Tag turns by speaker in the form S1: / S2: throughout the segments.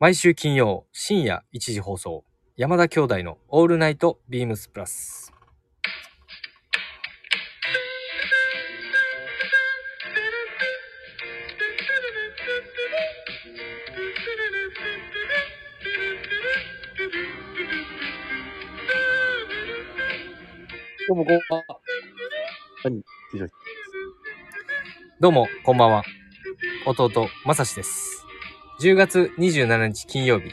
S1: 毎週金曜深夜1時放送、山田兄弟のオールナイトビームスプラス。
S2: どうもこんばんは。
S1: どうも、こんばんは。弟、まさしです。10月27日金曜日、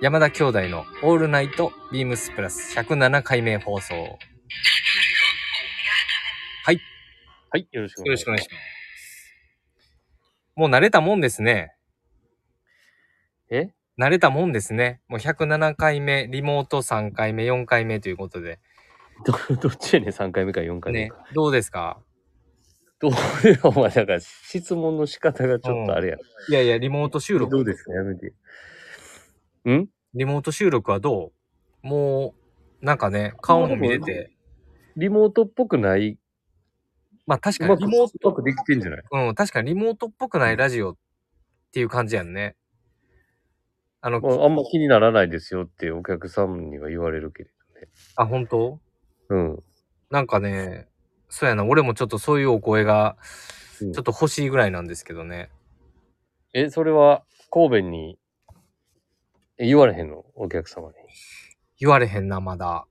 S1: 山田兄弟のオールナイトビームスプラス107回目放送。よ
S2: はい、よろしくお願
S1: ろ
S2: い
S1: し
S2: し
S1: くお
S2: ま
S1: 願い
S2: す
S1: し。ます。もう慣れたもんですね。
S2: え
S1: 慣れたもんですね。もう107回目、リモート3回目、4回目ということで。
S2: どどっちやねん、3回目か4回目
S1: ね
S2: か。、
S1: どうですか
S2: どうよ、お前、だから質問の仕方がちょっとあれや。
S1: いやいや、リモート収
S2: どう
S1: 録。
S2: ですか、やめて。ん
S1: リモート収録はどうもう、なんかね、顔も見れ
S2: もうで
S1: て。
S2: リモートっぽくない、
S1: まあ確
S2: う
S1: か
S2: ま
S1: に
S2: く
S1: リ
S2: う
S1: モート
S2: まくできてんじゃない
S1: うん、確かにリモートっぽくないラジオっていう感じやんね。あの、
S2: まああんま気にならないですよってお客さんには言われるけれ
S1: あ、本当
S2: どね。
S1: なんかね、そうやな、俺もちょっとそういうお声が、ち
S2: う
S1: ょ
S2: ん
S1: っと欲しいぐらいなんですけどね。
S2: うん。え、それは神戸にえ言われへんのお客様に。
S1: 言われへんな、まだ。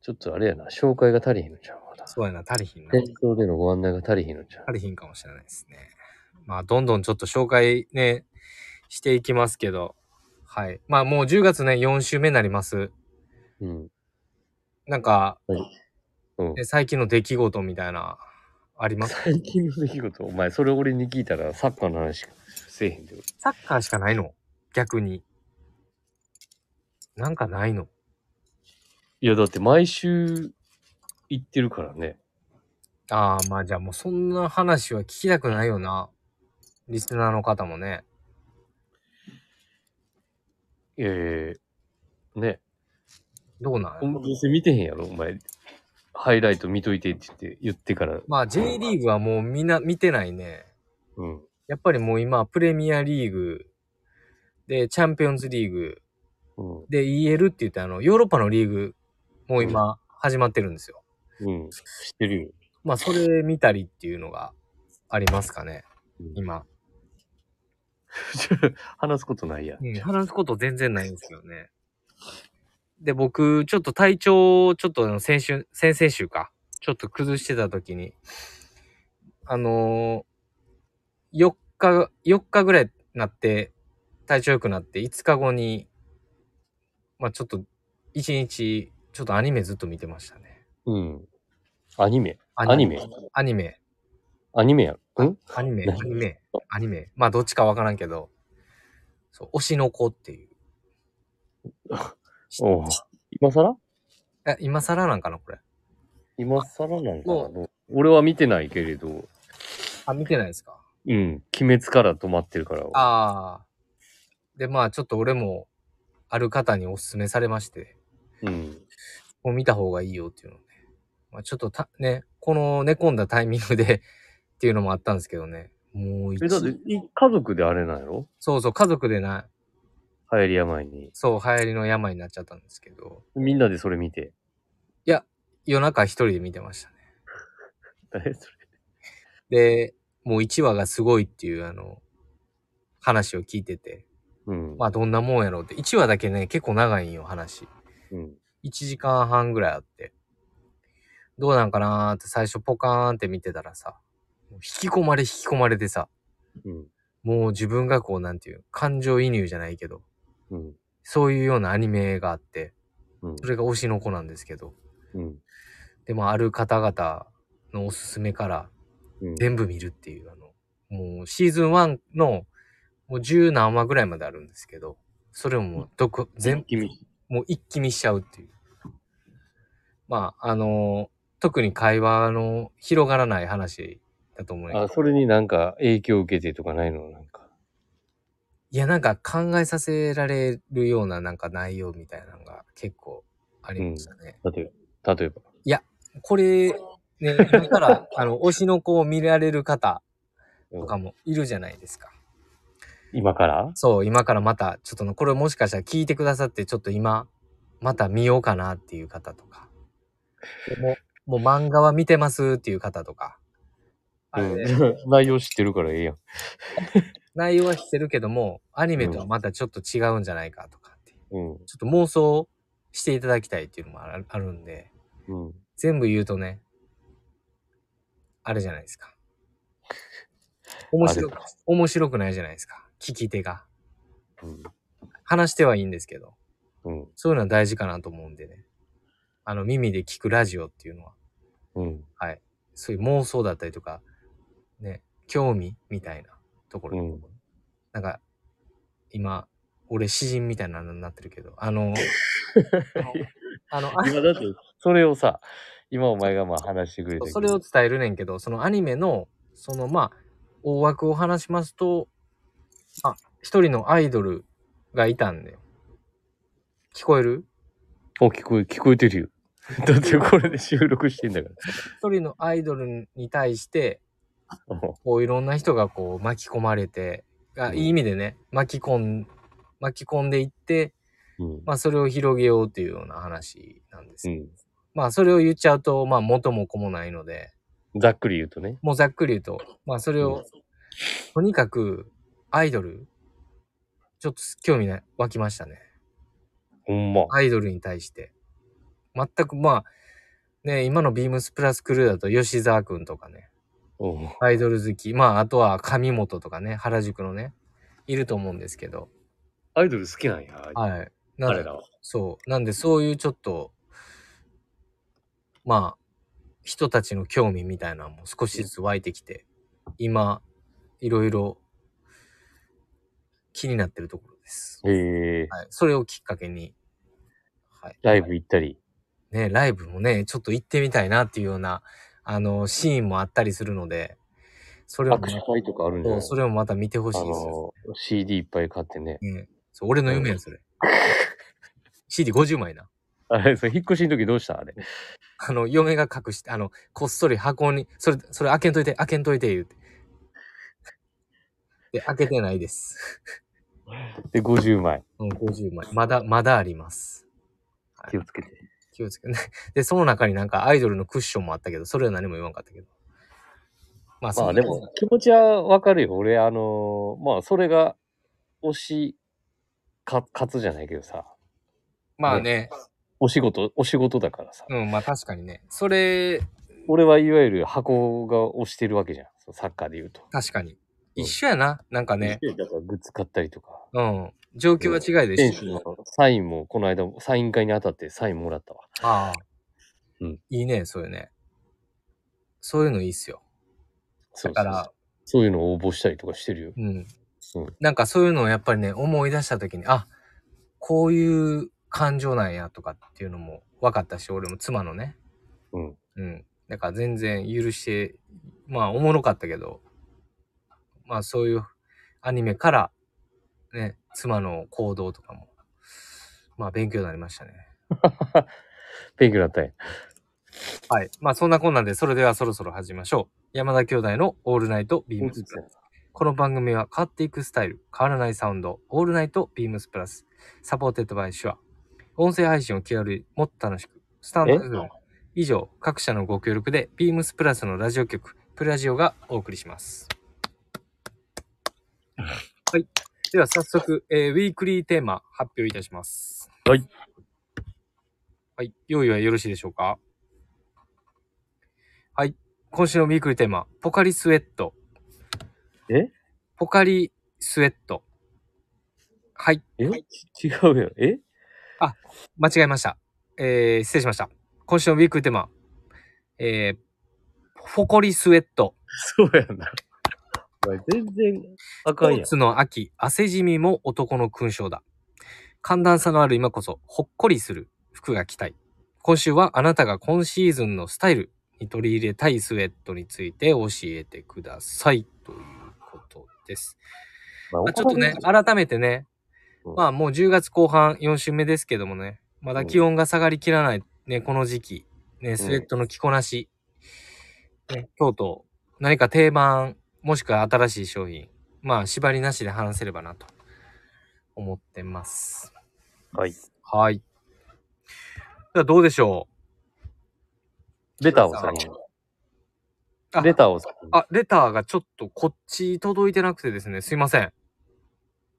S2: ちょっとあれやな、紹介が足りへんのじゃん、まだ。
S1: そうやな、足りひんな。
S2: 伝統でのご案内が足りへんのじゃん。
S1: 足りひんかもしれないですね。まあ、どんどんちょっと紹介ね、していきますけど。はい。まあ、もう10月ね、4週目になります。
S2: うん。
S1: なんか、
S2: うん。
S1: ね最近の出来事みたいな、あり ます
S2: 最近の出来事、 お前、それ俺に聞いたらサッカーの話しかせえへんで。
S1: サッカーしかないの逆に。なんかないの
S2: いや、だって毎週行ってるからね。
S1: ああ、まあじゃあもうそんな話は聞きたくないよな。リスナーの方もね。
S2: ええね。
S1: どうなん
S2: どうせ見てへんやろ、お前。ハイライト見といてって言って、言ってから。
S1: まあ J リーグはもうみんな見てないね。
S2: うん。
S1: やっぱりもう今プレミアリーグ、で、チャンピオンズリーグ、
S2: うん。
S1: で、EL って言ってあの、ヨーロッパのリーグ、もう今始まってるんですよ。
S2: うん。知ってるよ。
S1: まあそれ見たりっていうのがありますかね。
S2: うん、
S1: 今。
S2: 話すことないや。
S1: うん、話すこと全然ないんですよね。で、僕、ちょっと体調を、ちょっとあの先週、先々週か、ちょっと崩してた時に、あのー、4日、4日ぐらいになって、体調良くなって、5日後に、まあちょっと、1日、ちょっとアニメずっと見てましたね。
S2: うん。アニメ。アニメ。
S1: アニメ。
S2: アニメやろ。ん
S1: アニメ。
S2: 何
S1: アニメ。アニメ。まあどっちかわからんけど、そう、推しの子っていう。
S2: おう今更
S1: え、今更なんかな、これ。
S2: 今更なんか
S1: も
S2: などう俺は見てないけれど、
S1: あ、見てないですか
S2: うん。鬼滅から止まってるから。
S1: ああ。で、まあ、ちょっと俺も、ある方にお勧めされまして、
S2: うん。
S1: もう見た方がいいよっていうのね。まあ、ちょっとた、ね、この寝込んだタイミングで っていうのもあったんですけどね。もう一
S2: え、だって、い家族であれなんやろ
S1: そうそう、家族でな、
S2: 流行り病に。
S1: そう、流行りの病になっちゃったんですけど、
S2: みんなでそれ見て。
S1: 夜中一人で見てましたね。
S2: 誰それ。
S1: で、もう一話がすごいっていう、あの、話を聞いてて、
S2: うん。
S1: まあ、どんなもんやろうって。一話だけね、結構長いんよ、話。
S2: うん。
S1: 1時間半ぐらいあって、どうなんかなーって最初ポカーンって見てたらさ、もう引き込まれ引き込まれてさ、
S2: うん。
S1: もう自分がこうなんていう、感情移入じゃないけど、
S2: うん。
S1: そういうようなアニメがあって、
S2: うん
S1: そ。れが推しの子なんですけど、
S2: うん。
S1: でもある方々のおすすめから
S2: うん。
S1: 全部見るっていう、あの、もうシーズン1のもう十何話ぐらいまであるんですけど、それをもうどこ、全、
S2: 君。
S1: もう一気見しちゃうっていう。まあ、あの特に会話の広がらない話だと思いま
S2: あ、
S1: す。
S2: それになんか影響を受けてとかないのなんか。
S1: いや、なんか考えさせられるようななんか内容みたいなのが結構ありましたね。
S2: 例えば。例えば。
S1: これ、ね、今から、あの、推しの子を見られる方
S2: うん
S1: とかもいるじゃないですか。
S2: 今から
S1: そう、今からまた、ちょっとのこれもしかしたら聞いてくださって、ちょっと今、また見ようかなっていう方と か。もう、もう漫画は見てますっていう方とか。あ
S2: う
S1: れね、
S2: ん。内容知ってるからええやん。
S1: 内容はしてるけども、アニメとはまたちょっと違うんじゃないかとかっていう。
S2: うん。
S1: ちょっと妄想していただきたいっていうのもあるあるんで、
S2: うん。
S1: 全部言うとね、あれじゃないですか。面白く
S2: あれ、
S1: 面白くないじゃないですか。聞き手が。
S2: うん。
S1: 話してはいいんですけど。
S2: うん。
S1: そういうのは大事かなと思うんでね。あの、耳で聞くラジオっていうのは、
S2: うん。
S1: そういう妄想だったりとか、ね、興味みたいなところ。
S2: うん
S1: なんか、今、俺詩人みたいなのになってるけど、あ の、あの、あの
S2: 今だって、それをさ、今お前がまあ話してくれたけど
S1: それを伝えるねんけど、そのアニメの、そのまあ、大枠を話しますと、あ、一人のアイドルがいたんだよ。聞こえる
S2: お、聞こえ、聞こえてるよ。 だってこれで収録してんだか
S1: 一人のアイドルに対して、
S2: ら。
S1: こういろんな人がこう巻き込まれて、あ
S2: うん
S1: いい意味でね、巻き込ん、巻き込んでいって、
S2: うん。
S1: まあそれを広げようっていうような話なんです。
S2: うん。
S1: まあそれを言っちゃうと、まあ元も子もないので、
S2: ざっくり言うとね。
S1: もうざっくり言うと、まあそれを、とにかくアイドル、ちょっと興味な湧きましたね。
S2: ほんま。
S1: アイドルに対して。全くまあ、ね、今のビームスプラスクルーだと吉沢くんとかね、
S2: うん。
S1: アイドル好き、まああとは上本とかね、原宿のね、いると思うんですけど、
S2: アイドル好きなんや。
S1: はい。なん
S2: 彼
S1: で
S2: らは。
S1: そう。なんで、そういうちょっと、まあ、人たちの興味みたいなのも少しずつ湧いてきて、今、いろいろ気になってるところです。
S2: へえ。
S1: はい。それをきっかけに、はい。
S2: ライブ行ったり。
S1: ね、ライブもね、ちょっと行ってみたいなっていうような、あの、シーンもあったりするので、それを
S2: 握
S1: ま
S2: 手会とかあるんじゃ
S1: そ
S2: な
S1: う
S2: い
S1: それもまた見てほし
S2: あ
S1: いですよ。
S2: の、CD いっぱい買ってね。
S1: ね、そう俺の夢や、そ れ。CD50 枚な。
S2: あれ、それ引っ越しの時どうしたあれ。
S1: あの、嫁が隠して、あの、こっそり箱に、それ、それ開けんといて、開けんといて、言う て。で、開けてないです。
S2: で、50枚。
S1: うん、50枚。まだ、まだあります。
S2: 気をつけて。
S1: 気をつけて。 で、その中になんかアイドルのクッションもあったけど、それは何も言わんかったけど。まあ、
S2: ま
S1: そ
S2: あ
S1: ん
S2: で
S1: な
S2: も、気持ちはわかるよ。俺、あの、まあそれが、推し、か、勝つじゃないけどさ。
S1: まあね、
S2: お仕事、お仕事だからさ。
S1: うん、まあ確かにね。それ、
S2: 俺はいわゆる箱が押してるわけじゃん。そのサッカーで言うと。
S1: 確かに。
S2: うん
S1: 一緒やな。なんかね、
S2: だからグッズ買ったりとか。
S1: うん。状況は違いで
S2: 選
S1: し
S2: 手のサインも、この間、サイン会に当たってサインもらったわ。
S1: ああ。
S2: うん
S1: いいね、そういうね。そういうのいいっすよ。
S2: そ
S1: だ
S2: うそ
S1: か
S2: う
S1: ら、
S2: そういうのを応募したりとかしてるよ。
S1: うん。
S2: うん。
S1: なんかそういうのをやっぱりね、思い出した時に、あ、こういう感情なんやとかっていうのも分かったし、俺も妻のね。
S2: うん。
S1: うん。だから全然許して、まあおもろかったけど、まあそういうアニメから、ね、妻の行動とかも、まあ勉強になりましたね。
S2: 勉強だったんや。
S1: はい。まあそんなこんなんで、それではそろそろ始めましょう。山田兄弟のオールナイトビームスプラス。この番組は変わっていくスタイル、変わらないサウンド、オールナイトビームスプラス、サポーテッドバイシュア。音声配信を気軽にもっと楽しく、スタンド
S2: え
S1: FM 以上、各社のご協力で、ビームスプラスのラジオ局、プラジオがお送りします。 はい。では早速、えーウィークリーテーマ発表いたします。
S2: はい。
S1: はい。用意はよろしいでしょうかはい。今週のウィークリーテーマ、ポカリスエット。
S2: え
S1: ポカリスエット。はい。
S2: え、ち違うやん。え
S1: 間違えました。えー、失礼しました。今週のウィークリーテーマ、えー、フォコリスエット。
S2: そうやな。お前全然あ
S1: スポ
S2: かんや
S1: ー
S2: ん。
S1: ツの秋、汗じみも男の勲章だ。寒暖差のある今こそ、ほっこりする服が着たい。今週はあなたが今シーズンのスタイルに取り入れたいスウェットについて教えてください。ということです。
S2: ま
S1: まあ、ちょっとね、改めてね、
S2: うん
S1: まあもう10月後半4週目ですけどもね、まだ気温が下がりきらないね、この時期、ね、スウェットの着こなし、ね、京都、何か定番、もしくは新しい商品、まあ、縛りなしで話せればなと思ってます。
S2: はい。
S1: はい。じゃあどうでしょ
S2: レターをさんに。
S1: あ
S2: レターをさん
S1: うあ、レターがちょっとこっち届いてなくてですね、すいません。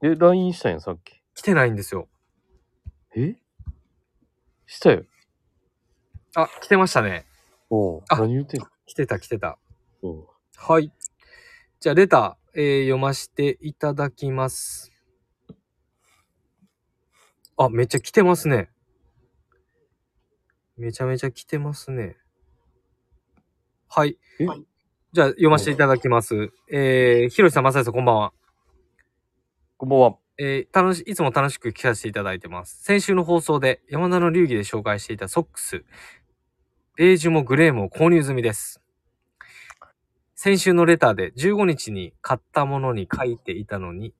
S2: に。え、LINE したんや、さっき。
S1: 来てないんですよ。
S2: えしたよ。
S1: あ、来てましたね。
S2: おう
S1: あ
S2: 何言ってんの
S1: 来てた来てた。
S2: おう
S1: はい。じゃあ、レター、えー読ませていただきます。あ、めっちゃ来てますね。めちゃめちゃ来てますね。はい。
S2: え
S1: じゃあ、読ませていただきます。えー、ひろしさん、まさやさん、こんばんは。
S2: こんばんは。
S1: えー楽し、いつも楽しく聞かせていただいてます。先週の放送で、山田の流儀で紹介していたソックス、ベージュもグレーも購入済みです。先週のレターで15日に買ったものに書いていたのに、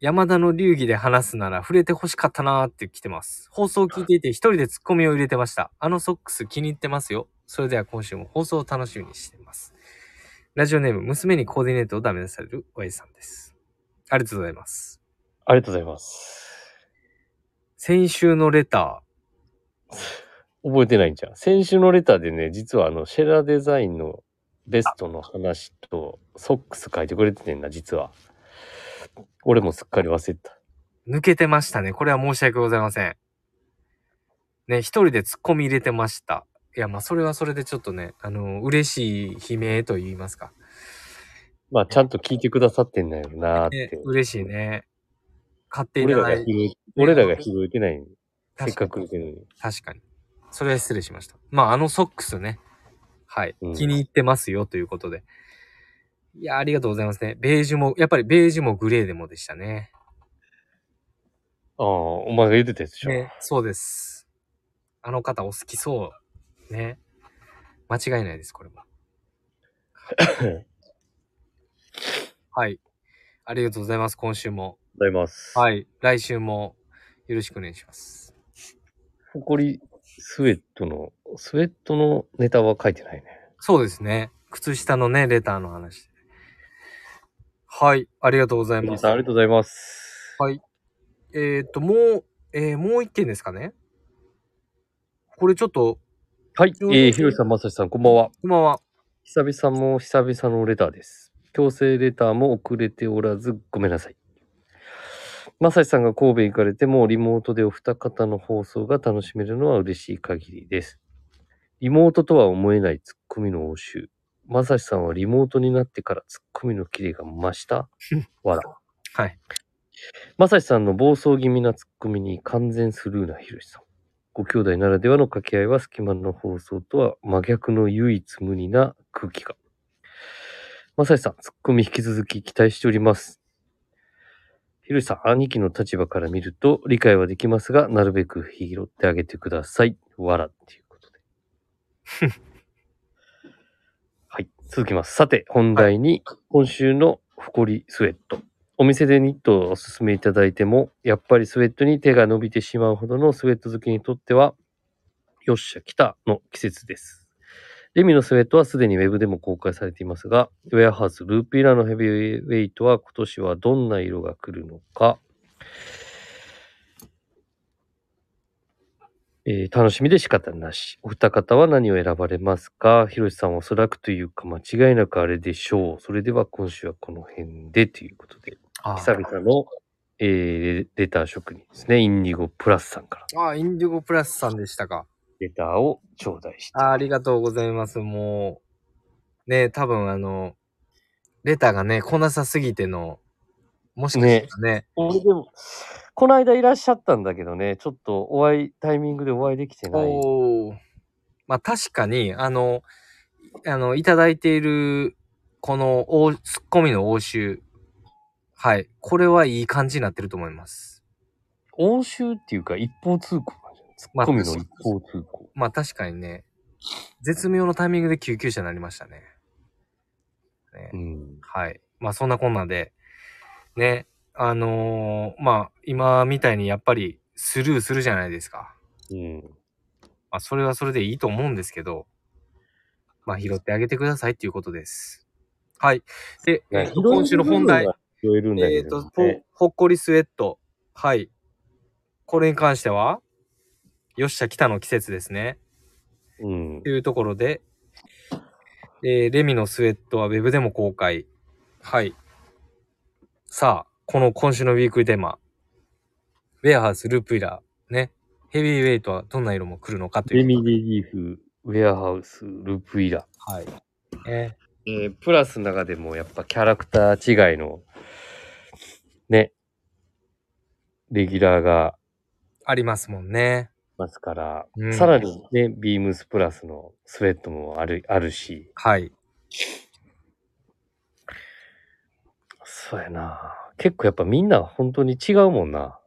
S1: 山田の流儀で話すなら触れて欲しかったなーって来てます。放送を聞いていて一人でツッコミを入れてました。あのソックス気に入ってますよ。それでは今週も放送を楽しみにしています。ラジオネーム、娘にコーディネートをダメ出される親父さんです。ありがとうございます。
S2: ありがとうございます。
S1: 先週のレタ
S2: 覚えてないんじゃん。先週のレターでね、実はあの、シェラデザインのベストの話と、ソックス書いてくれててんな、実は。俺もすっかり忘れてた。
S1: ー、抜けてましたね。これは申し訳ございません。ね、一人で突っ込み入れてました。いや、まあ、それはそれでちょっとね、あの、嬉しい悲鳴と言いますか。
S2: まあ、ちゃんと聞いてくださってんだよなーっ
S1: ね
S2: て。、
S1: 嬉しいね。買ってい
S2: 俺
S1: た
S2: ら
S1: だ
S2: が拾
S1: いて、
S2: い、俺らが拾えてない。せっ
S1: 確か
S2: かくくれてるのに。
S1: 確かに。それは失礼しました。まあ、あのソックスね。はい。
S2: うん
S1: 気に入ってますよ、ということで。いや、ありがとうございますね。ベージュも、やっぱりベージュもグレーでもでしたね。
S2: ああ、お前が言ってたやつでしょ。
S1: ね、そうです。あの方お好きそう。ね。間違いないです、こ れも。はい。ありがとうございます、今週も。
S2: ございます。い。
S1: はい。来週もよろしくお願いします。
S2: ほこりスウェットの、スウェットのネタは書いてないね。
S1: そうですね。靴下のね、レターの話。はい。ありがとうございます。
S2: さん、ありがとうございます。
S1: はいえっと、もう、えーもう一件ですかね。これちょっと、
S2: はい。えー、ひろしさん、まさしさん、こんばんは。
S1: 今は、
S2: 久々も久々のレターです。強制レターも遅れておらずごめんなさい。まさしさんが神戸行かれてもリモートでお二方の放送が楽しめるのは嬉しい限りです。リモートとは思えないツッコミの応酬。まさしさんはリモートになってからツッコミのキレが 増した。わら。
S1: はい。
S2: まさしさんの暴走気味なツッコミに完全スルーなひろしさん。ご兄弟ならではの掛け合いは隙間の放送とは真逆の唯一無二な空気感。まさしさん、ツッコミ引き続き期待しております。ひろしさん、兄貴の立場から見ると理解はできますが、なるべく拾ってあげてください。わらっていうことで。 はい、続きます。さて、本題に、今週のほこりスウェット。お店でニットをおすすめいただいても、やっぱりスウェットに手が伸びてしまうほどのスウェット好きにとっては、よっしゃ来たの季節です。レミのスウェットはすでにウェブでも公開されていますが、ウェアハウスルーピーラーのヘビーウェイトは今年はどんな色が来るのか、えー楽しみで仕方なし。お二方は何を選ばれますかひろしさんはおそらくというか間違いなくあれでしょう。それでは今週はこの辺でということで。
S1: あー
S2: 久々の、えーレター職人ですね。インディゴプラスさんから
S1: あー、インディゴプラスさんでしたか。
S2: レターを頂戴して。
S1: あーありがとうございます。もう、ね、多分あの、レターがね、来なさすぎての、もしかしたらね、
S2: 俺でも、この間いらっしゃったんだけどね、ちょっとお会い、タイミングでお会いできてない。
S1: おーまあ確かに、あの、あの、いただいている、この、おツッコミの応酬。はい。これはいい感じになってると思います。
S2: 応酬っていうか一方通行なんじゃないツ
S1: ま
S2: ッ
S1: あ
S2: コミの一方通行。
S1: まあ確かにね、絶妙のタイミングで救急車になりましたね。ね
S2: うん。
S1: はい。まあそんなこんなで、ね、あのーまあ今みたいにやっぱりスルーするじゃないですか。
S2: うん。
S1: まあそれはそれでいいと思うんですけど、まあ拾ってあげてくださいっていうことです。はい。で、え
S2: ね
S1: っと今週の本題。。
S2: いろいろな
S1: えっ、
S2: 部分が聞
S1: と、
S2: こえるんだけど、
S1: ほ
S2: ね。
S1: ほっこりスウェット。はい。これに関しては、よっしゃ、来たの季節ですね。
S2: うん
S1: と。いうところで、えーレミのスウェットはウェブでも公開。はい。さあ、この今週のウィークリーテーマ。ウェアハウス、ループイラー。ね。ヘビーウェイトはどんな色も来るのかとい
S2: レ
S1: う。
S2: ミリリーフ、ウェアハウス、ルプイラ。
S1: はい。ね
S2: えープラスの中でもやっぱキャラクター違いの、ね、レギュラーが
S1: ありますもんね。
S2: いますから、
S1: うん
S2: さらにね、ビームスプラスのスウェットもある、あるし、
S1: はい。
S2: そうやな。結構やっぱみんな本当に違うもんな。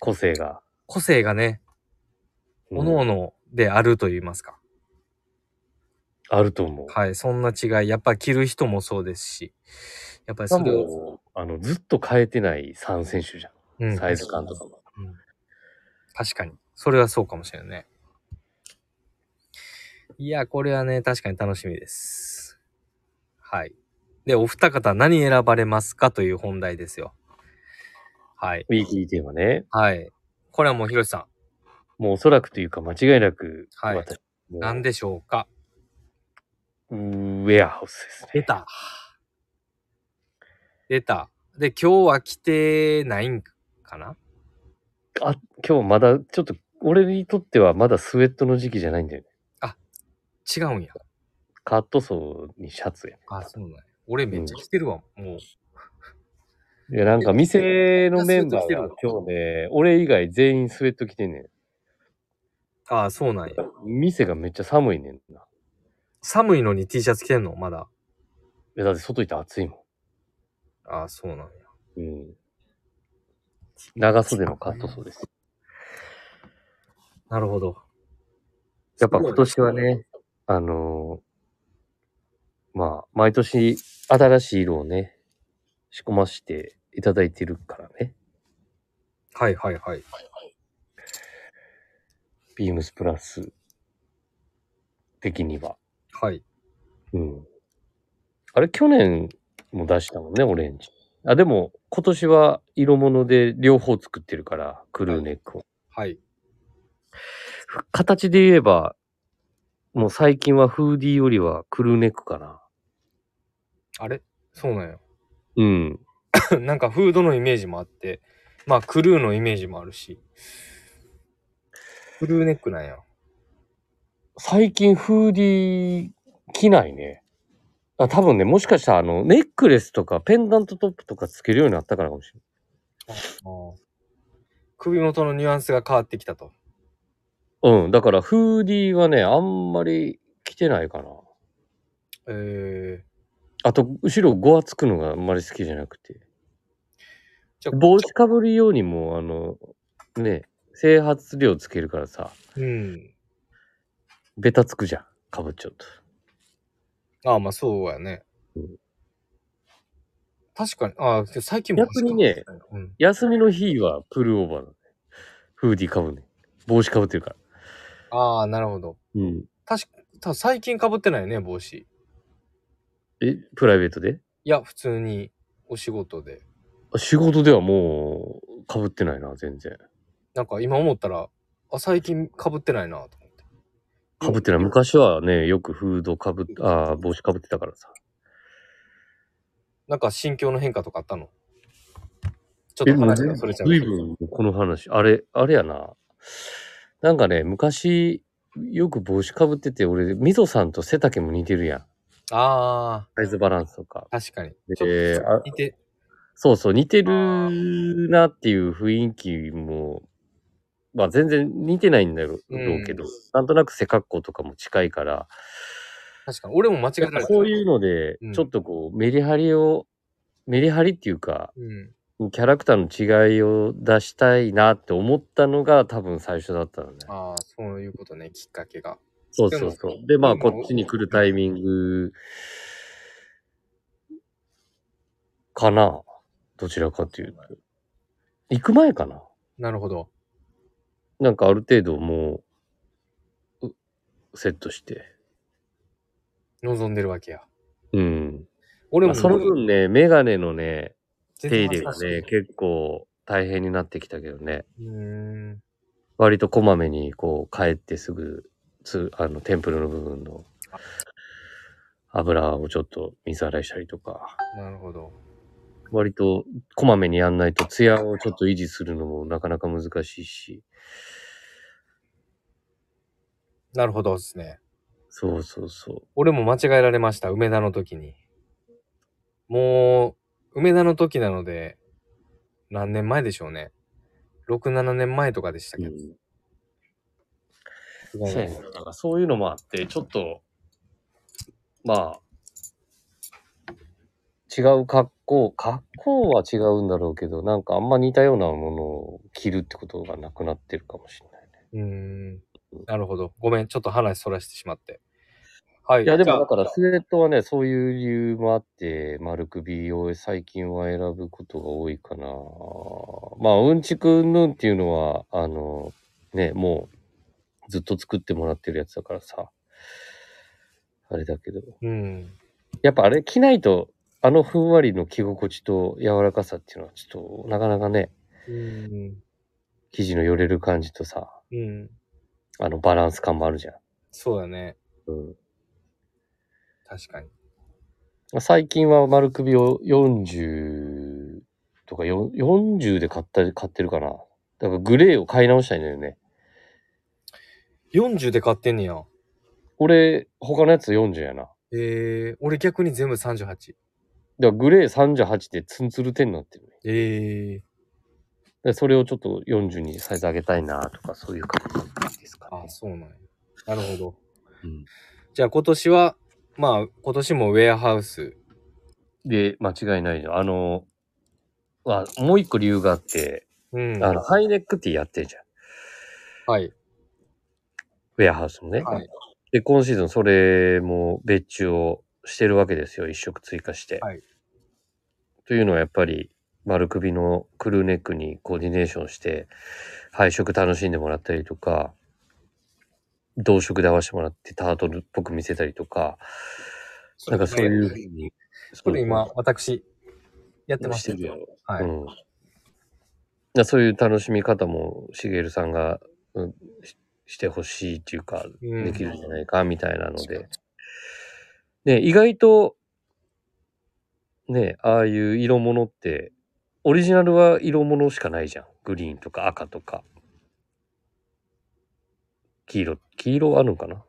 S2: 個性が。
S1: 個性がね、
S2: うん
S1: 各々であると言いますか。
S2: あると思う。
S1: はい、そんな違い。やっぱ着る人もそうですし、やっぱり
S2: しか
S1: それを、
S2: も、あの、ずっと変えてない3選手じゃ。
S1: うんん
S2: サイズ感とかも。
S1: 確かに。それはそうかもしれないね。いや、これはね、確かに楽しみです。はい。で、お二方何選ばれますかという本題ですよ。はい。
S2: ウィークリーテーマね。
S1: はい。これはもうひろしさ
S2: もうおそらくというか間違いなく、
S1: はい
S2: 私
S1: ん、
S2: も
S1: 何でしょうか
S2: ウェアハウスですね。
S1: 出た。出た。で、今日は着てないんかな
S2: あ、今日まだちょっと、俺にとってはまだスウェットの時期じゃないんだよね。
S1: 違うんや。
S2: カットソーにシャツやね。
S1: あ、そうなんや。俺めっちゃ着てるわ、もう。
S2: いや、なんか店のメンバーが今日ね、俺以外全員スウェット着てんねん。
S1: ああ、そうなんや。
S2: 店がめっちゃ寒いねんな。
S1: 寒いのに T シャツ着てんのまだ。
S2: えだって外行ったら暑いも
S1: ああ、そうなんや。
S2: ん。うん。長袖のカットソーです。
S1: なるほど。
S2: やっぱ今年はね、あのーまあ、毎年新しい色をね、仕込ましていただいてるからね。
S1: はいはいはい。
S2: ビームスプラス的には。
S1: はい。
S2: うん。あれ、去年も出したもんね、オレンジ。あ、でも、今年は色物で両方作ってるから、クルーネックを。
S1: はい。
S2: 形で言えば、もう最近はフーディーよりはクルーネックかな。
S1: あれそうなんや。
S2: うん。
S1: なんかフードのイメージもあって、まあクルーのイメージもあるし。クルーネックなんや。
S2: 最近フーディー着ないね。あ多分ね、もしかしたらあの、ネックレスとかペンダントトップとかつけるようになったからかもしれ
S1: 首元のニュアンスが変わってきたと。
S2: ない。うん。だからフーディーはね、あんまり着てないかな。
S1: えー、
S2: あと、後ろごわつくのがあんまり好きじゃなくて。
S1: じゃ
S2: 帽子かぶるようにも、あの、ね、整髪量つけるからさ、
S1: うん。
S2: ベタつくじゃん。かぶっちゃうと。
S1: ああ、まあそうやね
S2: うん。
S1: 確かに、ああ、最近も
S2: 逆にね、
S1: うん、
S2: 休みの日はプルオーバーだね。フーディーかぶんね。帽子かぶってるから。
S1: ああ、なるほど。
S2: うん。
S1: ただ最近かぶってないよね、帽子。
S2: え、プライベートで
S1: いや、普通にお仕事で。
S2: 仕事ではもう、かぶってないな、全然。
S1: なんか今思ったら、あ、最近被ってないなと思って。
S2: かぶってない。昔はね、よくフードかぶっ、あー帽子かぶってたからさ。
S1: なんか心境の変化とかあったのちょっ
S2: え、
S1: と
S2: もう
S1: 話
S2: 随
S1: がそれちゃう。
S2: 分この話、あれ、あれやな。なんかね、昔、よく帽子かぶってて、俺、みぞさんと背丈も似てるやん。
S1: あ
S2: サイズバランスとか。
S1: あ、確かに。
S2: で
S1: ちょっと
S2: あ
S1: 似て、
S2: そうそう、似てるなっていう雰囲気も、まあ全然似てないんだろうけど、
S1: う
S2: なんとなく背格好とかも近いから、
S1: 確かに。俺も間違えられて
S2: こういうので
S1: うん、
S2: ちょっとこう、メリハリを、メリハリっていうか、
S1: うん。
S2: キャラクターの違いを出したいなって思ったのが多分最初だったのね。
S1: ああ、そういうことね、きっかけが。
S2: そうそうそう。で、まあ、
S1: でも
S2: こっちに来るタイミング、かな。どちらかというと。行く前かな。
S1: なるほど。
S2: なんかある程度もう、うセットして。
S1: 望んでるわけや。
S2: うん。
S1: 俺
S2: ま
S1: も、
S2: あその分ね、メガネのね、
S1: 全
S2: 手
S1: 然
S2: 入れがね、結構大変になってきたけどね。
S1: うーん。
S2: 割とこまめに、こう、帰ってすぐ、つ、あの、テンプルの部分の油をちょっと水洗いしたりとか、
S1: なるほど。
S2: 割とこまめにやんないと、ツヤをちょっと維持するのもなかなか難しいし、
S1: なるほどですね。
S2: そうそうそう。
S1: 俺も間違えられました、梅田の時に。もう、梅田の時なので、何年前でしょうね。6、7年前とかでしたけど。すごい
S2: そう
S1: な
S2: やねだからそういうのもあって、ちょっと、まあ、違う格好、格好は違うんだろうけど、なんかあんま似たようなものを着るってことがなくなってるかもしれないね。
S1: うーん。なるほど。ごめん、ちょっと話そらしてしまって。はい。
S2: いや、でもだ
S1: じゃあ
S2: からスウェットはね、そういう理由もあって、丸首を最近は選ぶことが多いかな。まあ、うんちくんぬんっていうのは、あの、ね、もうずっと作ってもらってるやつだからさ、あれだけど。
S1: うん。
S2: やっぱあれ着ないと、あのふんわりの着心地と柔らかさっていうのは、ちょっとなかなかね、
S1: うん。
S2: 生地のよれる感じとさ、
S1: うん。
S2: あのバランス感もあるじゃん。
S1: そうだね。
S2: うん
S1: 確かに。
S2: まあ、最近は丸首を40とかよん40で買った、買ってるかな。だからグレーを買い直したいんだよね。
S1: 40で買ってんねや。
S2: 俺、他のやつ40やな。だか
S1: えー、俺逆に全部38。
S2: らグレー38でツンツルテンになってるね。
S1: えー、
S2: だからそれをちょっと40にサイズ上げたいなとか、そういう感じですか
S1: あ
S2: ね、。
S1: そうなんや。なるほど。
S2: うん
S1: じゃあ今年は、まあ今年もウェアハウス。
S2: で、間違いないの。あの、は、もう一個理由があって、
S1: うん。
S2: あの、ハイネックティーやってるじゃん。
S1: はい。
S2: ウェアハウスのね。
S1: はい。
S2: で、今シーズンそれも別注をしてるわけですよ。一色追加して。
S1: はい
S2: というのはやっぱり、丸首のクルーネックにコーディネーションして、配色楽しんでもらったりとか、同色で合わせてもらってタートルっぽく見せたりとか、なんかそういうふうに。
S1: これ今、私、やってます
S2: してるやろ
S1: はい。
S2: うん、だからそういう楽しみ方もしげるさんが、うん、ししてほしいっていうか
S1: うん
S2: できるんじゃないかみたいなので、ね、意外とねああいう色物ってオリジナルは色物しかないじゃんグリーンとか赤とか黄色黄色あるのかな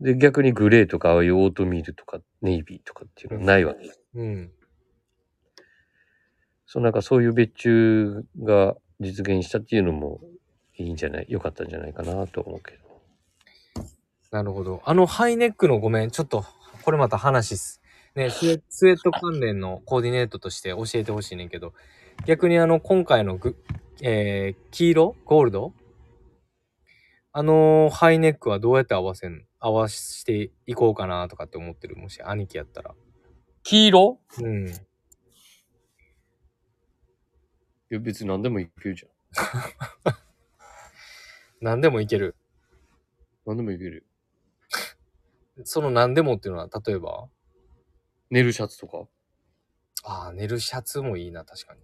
S2: で逆にグレーとかああいうオートミールとかネイビーとかっていうのはないわけ
S1: うん。
S2: そう、なんかそういう別注が実現したっていうのもいいんじゃない、良かったんじゃないかなと思うけど。
S1: なるほど。あのハイネックのごめん、ちょっと、これまた話っす。ね、スウェスウェット関連のコーディネートとして教えてほしいねんけど、逆にあの、今回のグ、えー、黄色ゴールドあのーハイネックはどうやって合わせん、合わしていこうかなとかって思ってる。もし兄貴やったら。
S2: 黄色
S1: うん。
S2: いや、別に何でもいけるじゃん。
S1: 何でもいける。
S2: 何でもいけるよ。
S1: その何でもっていうのは、例えば、
S2: 寝るシャツとか。
S1: ああ、寝るシャツもいいな、確かに。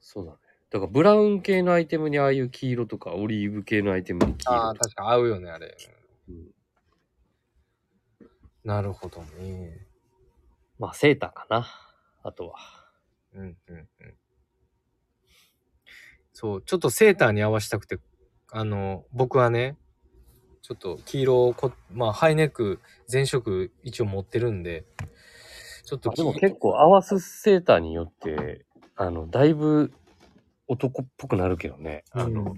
S2: そうだね。だからブラウン系のアイテムにああいう黄色とか、オリーブ系のアイテムに黄
S1: あ
S2: 色
S1: あ、
S2: とか。
S1: 確かに合うよね、あれ。
S2: うん
S1: なるほどね。
S2: まあセーターかな。あとは。
S1: うんうんうん。そう、ちょっとセーターに合わせたくて、あの、僕はね、ちょっと黄色をこ、まあ、ハイネック全色一応持ってるんで、ちょっと
S2: でも
S1: 黄
S2: 結構合わすセーターによって、あの、だいぶ男っぽくなるけどね。あ
S1: う
S2: の、
S1: ん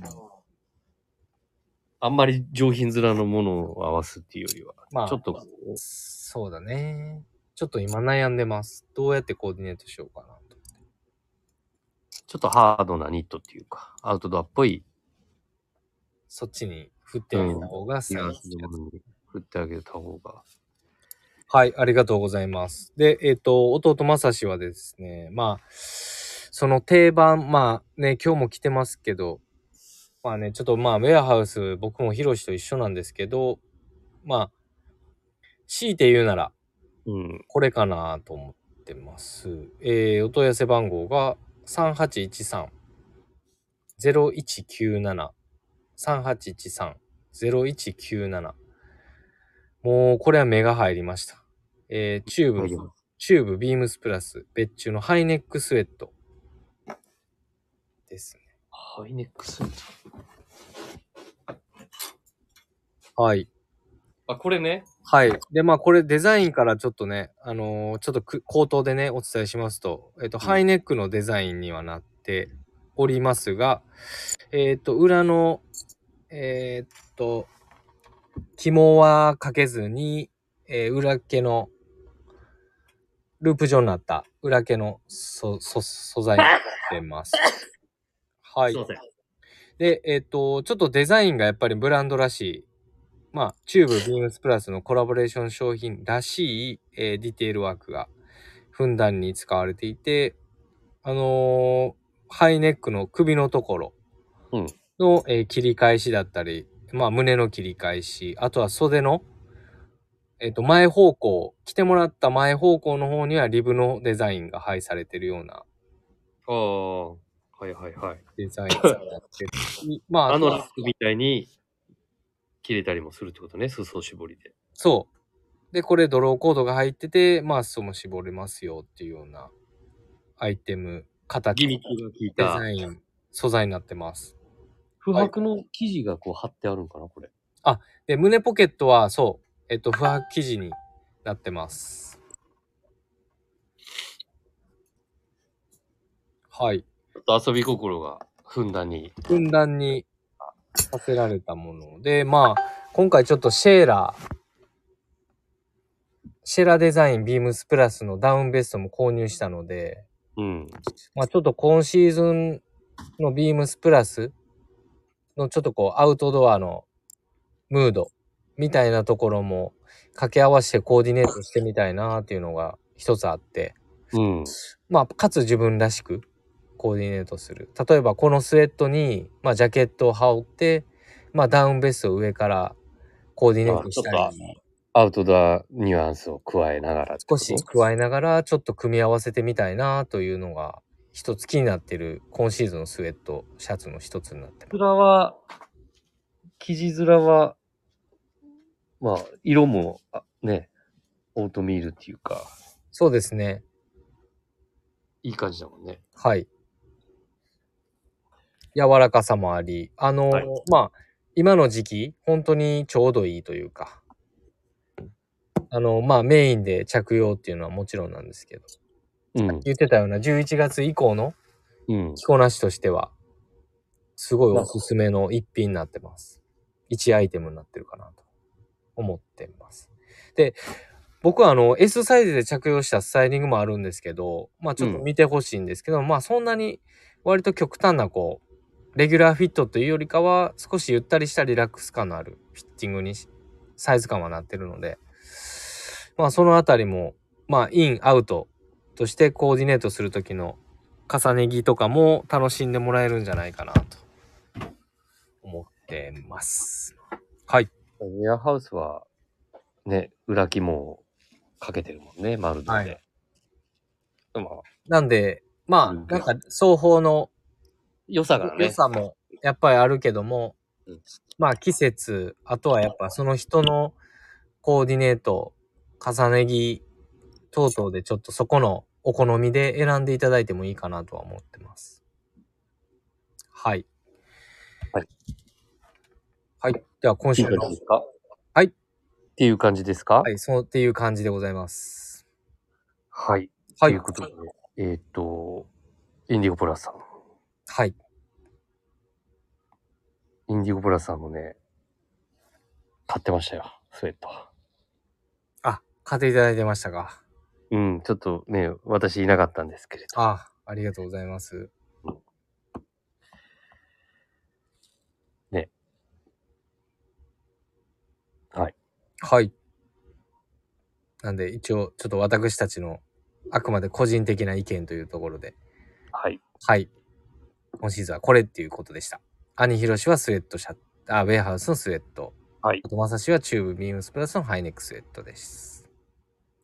S2: あんまり上品面のものを合わすっていうよりは、
S1: まあ
S2: ちょっとこう
S1: そうだね。ちょっと今悩んでます。どうやってコーディネートしようかなと。
S2: ちょっとハードなニットっていうか、アウトドアっぽい
S1: そっちに振ってみた方が最
S2: ニュア
S1: 適
S2: ンスのものに振ってあげた方が。
S1: はい、ありがとうございます。で、えっ、と、弟正志はですね、まあ、その定番、まあね、今日も来てますけど、まあね、ちょっとまあ、ウェアハウス、僕もヒロシと一緒なんですけど、まあ、強いて言うなら、
S2: うん。
S1: これかなと思ってます。えー、お問い合わせ番号が3813-0197。3813-0197。もう、これは目が入りました。えー、チュー
S2: 入り
S1: ブ
S2: ま、
S1: チューブビームスプラス、別注のハイネックスウェット。ですね。
S2: ハイネックスウェッ
S1: はい。
S2: ト。あ、これね。
S1: はい。で、まあ、これデザインからちょっとね、あのーちょっとく口頭でね、お伝えしますと、えっと、
S2: ん
S1: ハイネックのデザインにはなっておりますが、えっと、裏の、えーっと、紐はかけずに、えー裏毛の、ループ状になった裏毛のそそ素材になって ます。はい。
S2: すいません。
S1: で、えっ、と、ちょっとデザインがやっぱりブランドらしい、まあ、チューブビームスプラスのコラボレーション商品らしい、えーディテールワークがふんだんに使われていて、あのーハイネックの首のところ
S2: うん
S1: の、えー切り返しだったり、まあ、胸の切り返し、あとは袖の、えっ、と、前方向、着てもらった前方向の方にはリブのデザインが配されてるような
S2: ああ。はいはいはい。
S1: デザインになってるしまあ、
S2: あのリスクみたいに切れたりもするってことね、裾絞りで。
S1: そう。で、これドローコードが入ってて、まあ、裾も絞れますよっていうようなアイテム、
S2: ギ
S1: 形、
S2: ミ
S1: デ
S2: ックが効いた
S1: ザ。イン、素材になってます。
S2: 不白の生地がこう貼ってあるんかな、これ。
S1: で、胸ポケットは、そう、えっと、不白生地になってます。はい。
S2: ちょっと遊び心がふんだんに。
S1: ふんだんにさせられたもので、まあ、今回ちょっとシェーラー、シェーラーデザインビームスプラスのダウンベストも購入したので、
S2: うん。
S1: まあちょっと今シーズンのビームスプラスのちょっとこうアウトドアのムードみたいなところも掛け合わせてコーディネートしてみたいなっていうのが一つあって、
S2: うん。
S1: まあかつ自分らしくコーディネートする。例えばこのスウェットに、まあ、ジャケットを羽織って、まあダウンベストを上からコーディネートした
S2: あ
S1: り
S2: ちょっ、アウトドアニュアンスを加えながら。
S1: 少し加えながらちょっと組み合わせてみたいなというのが一つ気になってる今シーズンのスウェットシャツの一つになってます。
S2: 面は、生地面は、まあ、色も、あね、オートミールっていうか、
S1: そうですね。
S2: いい感じだもんね。
S1: はい。柔らかさもあり、あの、
S2: はい
S1: まあ、今の時期、本当にちょうどいいというか、あの、まあ、メインで着用っていうのはもちろんなんですけど、
S2: うん。
S1: 言ってたような11月以降の
S2: うん。
S1: 着こなしとしては、すごいおすすめの一品になってます。一アイテムになってるかなと思ってます。で、僕はあの S サイズで着用したスタイリングもあるんですけど、まあちょっと見てほしいんですけど、まあそんなに割と極端なこう、レギュラーフィットというよりかは少しゆったりしたリラックス感のあるフィッティングにしサイズ感はなってるので、まあそのあたりも、まあイン、アウトとしてコーディネートするときの重ね着とかも楽しんでもらえるんじゃないかなと思ってます。はい。
S2: レアハウスは、ね、裏木もかけてるもんね、丸で。
S1: はい
S2: まあ、
S1: なんで、まあ、
S2: うん
S1: なんか双方の
S2: 良さがね。
S1: 良さもやっぱりあるけども、
S2: うん
S1: まあ季節、あとはやっぱその人のコーディネート、重ね着等々でちょっとそこのお好みで選んでいただいてもいいかなとは思ってます。はい。
S2: はい。
S1: はい。では今
S2: い
S1: 週
S2: い感
S1: の
S2: じですか
S1: はい
S2: っていう感じですか
S1: はい、そうっていう感じでございます。
S2: はい。
S1: は
S2: とい。
S1: いう
S2: ことで、えーっ、と、インディゴプラスさん。
S1: はい。
S2: インディゴプラスさんもね、買ってましたよ、スウェット。
S1: あ、買っていただいてましたか。
S2: うん、ちょっとね、私いなかったんですけれど。
S1: あ、ありがとうございます。
S2: ね。はい。
S1: はい。なんで、一応、ちょっと私たちの、あくまで個人的な意見というところで、
S2: はい。
S1: はい。今シーズンはこれっていうことでした。兄ひろしはスウェットシャあ、ウェアハウスのスウェット。
S2: はい
S1: あ。と、まさしはチューブビームスプラスのハイネックスウェットです。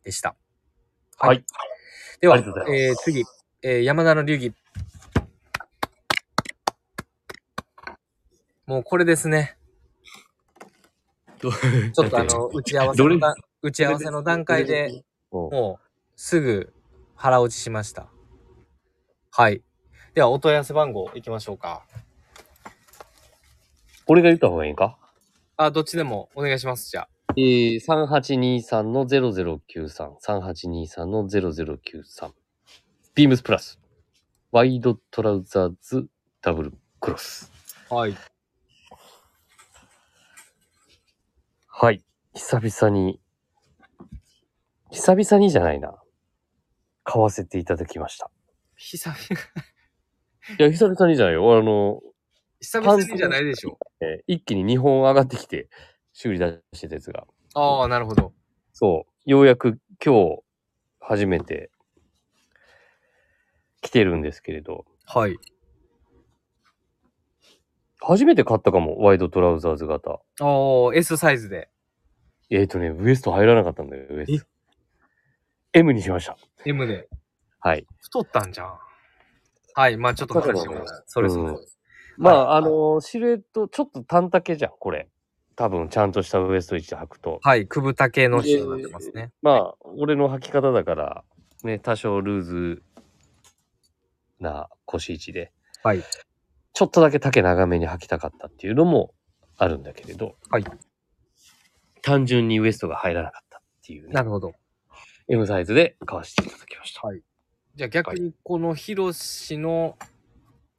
S1: でした。
S2: はい。
S1: では、
S2: ありがとうござい
S1: えー次、えー山田の流儀。もうこれです ね。
S3: ど
S1: ちょっとあの、打ち合わせ
S3: どれ
S1: の段、打ち合わせの段階で、
S2: お
S1: もうすぐ腹落ちしました。はい。では、お問い合わせ番号いきましょうか。
S2: 俺が言った方がいいんか
S1: あ、どっちでもお願いします。じゃあ。
S2: えー、3823の0093。3823の0093。ビームスプラス。ワイドトラウザーズダブルクロス。
S1: はい。
S2: はい。久々に、久々にじゃないな。買わせていただきました。
S1: 久々、
S2: いや、久々にじゃないよ。あの、
S1: 久々にじゃないでしょ
S2: えー一気に2本上がってきて、修理出してたやつが。
S1: う。ああ、なるほど。
S2: そう。ようやく今日、初めて、来てるんですけれど。
S1: はい。
S2: 初めて買ったかも、ワイドトラウザーズ型。
S1: おー、S サイズで。
S2: えっ、ー、とね、ウエスト入らなかったんだよ、ウエスト。M にしました。
S1: M で。
S2: はい。
S1: 太ったんじゃん。はい、まあちょっと話してもらうそれそれ。
S2: うんまあ、
S1: はい
S2: あのーシルエット、ちょっと短丈じゃん、これ。多分、ちゃんとしたウエスト位置履くと。
S1: はい、くぶた系の人になってますね。
S2: まあ、俺の履き方だから、ね、多少ルーズな腰位置で、
S1: はい。
S2: ちょっとだけ丈長めに履きたかったっていうのもあるんだけれど、
S1: はい。
S2: 単純にウエストが入らなかったっていうね、
S1: なるほど。
S2: M サイズで買わせていただきました。
S1: じゃあ逆にこのヒロシの、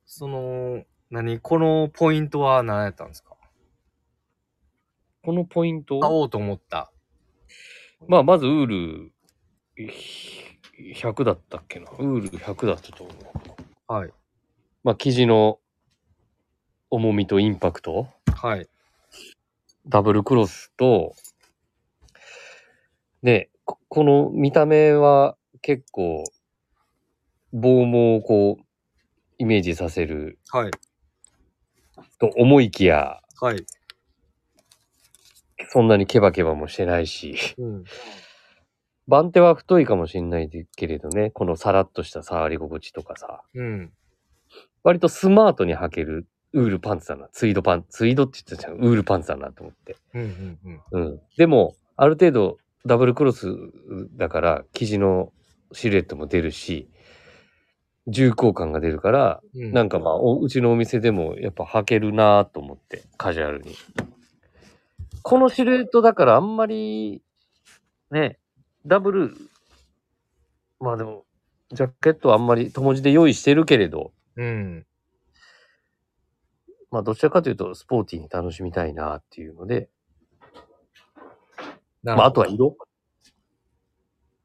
S1: その、何このポイントは何やったんですか
S2: このポイント
S1: 買おうと思った。
S2: まあ、まずウールひ100だったっけな。ウール100だったと思う。
S1: はい。
S2: まあ、生地の重みとインパクト、
S1: はい。
S2: ダブルクロスと、ね、ここの見た目は結構、棒もこう、イメージさせる
S1: はい。
S2: と思いきや、
S1: はい。
S2: そんなにケバケバもしてないし、
S1: うん。
S2: 番手は太いかもしんないけれどね、このさらっとした触り心地とかさ、
S1: うん。
S2: 割とスマートに履けるウールパンツだな。ツイードパンツ、ツイードって言ってたじゃん。ウールパンツだなと思って。
S1: うん。うん。うん。
S2: うん。でも、ある程度ダブルクロスだから、生地のシルエットも出るし、重厚感が出るから、
S1: う
S2: なんかまあ、おうちのお店でもやっぱ履けるなぁと思って、カジュアルに。このシルエットだからあんまり、ね、ダブル、まあでも、ジャケットはあんまり友字で用意してるけれど、
S1: うん。
S2: まあ、どちらかというと、スポーティーに楽しみたいなっていうので、
S1: なるほ
S2: ま
S1: ど
S2: あ、あとは色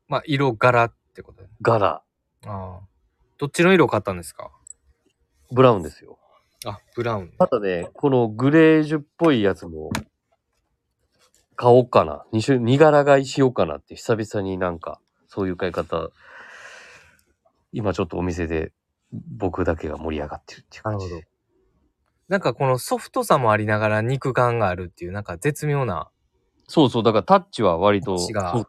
S1: まあ、色柄ってことね。
S2: 柄、
S1: ああ。どっちの色を買ったんですか
S2: ブラウンですよ。
S1: あ、ブラウン。
S2: ただね、このグレージュっぽいやつも、買おうかな。二種、二柄買いしようかなって、久々になんか、そういう買い方、今ちょっとお店で、僕だけが盛り上がってるっていう感じ。
S1: なるなんかこのソフトさもありながら肉感があるっていう、なんか絶妙な
S2: そうそう、だからタッチは割と、
S1: タッチが
S2: そう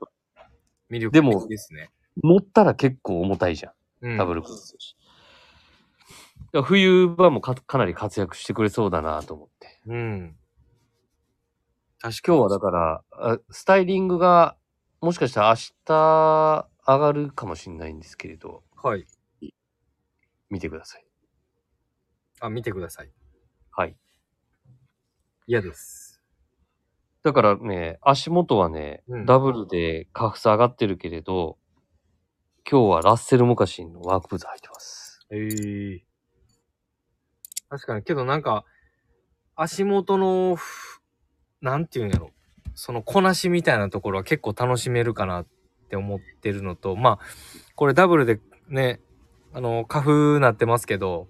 S1: 魅力
S2: でも
S1: 的ですね。
S2: 持ったら結構重たいじゃん。
S1: うん
S2: ダブルクロスだし。だから冬場もかかなり活躍してくれそうだなと思って。
S1: うん。確か
S2: 今
S1: に
S2: 日はだから、あスタイリングがもしかしたら明日上がるかもしれないんですけれど、
S1: はい。
S2: 見てください。
S1: あ、見てください。
S2: はい。
S1: 嫌です。
S2: だからね、足元はね、
S1: うん
S2: ダブルでカフス上がってるけれど、今日はラッセルモカシンのワークブーツ履いてます。
S1: ええ確かに、けどなんか、足元のふ、なんていうんやろ。そのこなしみたいなところは結構楽しめるかなって思ってるのと、まあ、これダブルでね、あの、カフなってますけど、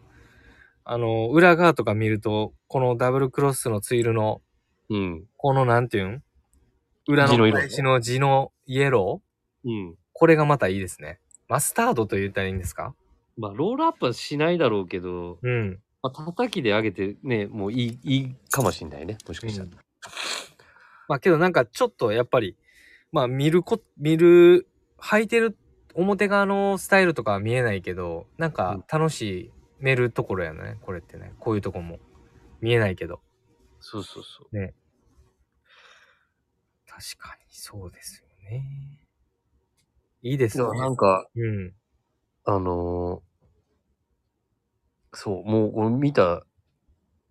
S1: あの、裏側とか見ると、このダブルクロスのツイルの、
S2: うん。
S1: このなんていうん裏
S2: 地の
S1: の
S2: 色
S1: 返しの地のイエロー
S2: うん。
S1: これがまたいいですね。マスタードと言ったらいいんですか
S2: まあ、ロールアップはしないだろうけど、
S1: うん。
S2: まあ、叩きで上げてね、もういい、いいかもしれないね。もしかしたら。
S1: まあけどなんかちょっとやっぱり、まあ見るこ、見る、履いてる表側のスタイルとかは見えないけど、なんか楽しめるところやね、これってね。こういうとこも。見えないけど。
S2: そうそうそう。
S1: 確かにそうですよね。いいですね
S2: だ。からなんか、
S1: うん。
S2: あのーそう、もうこれ見た、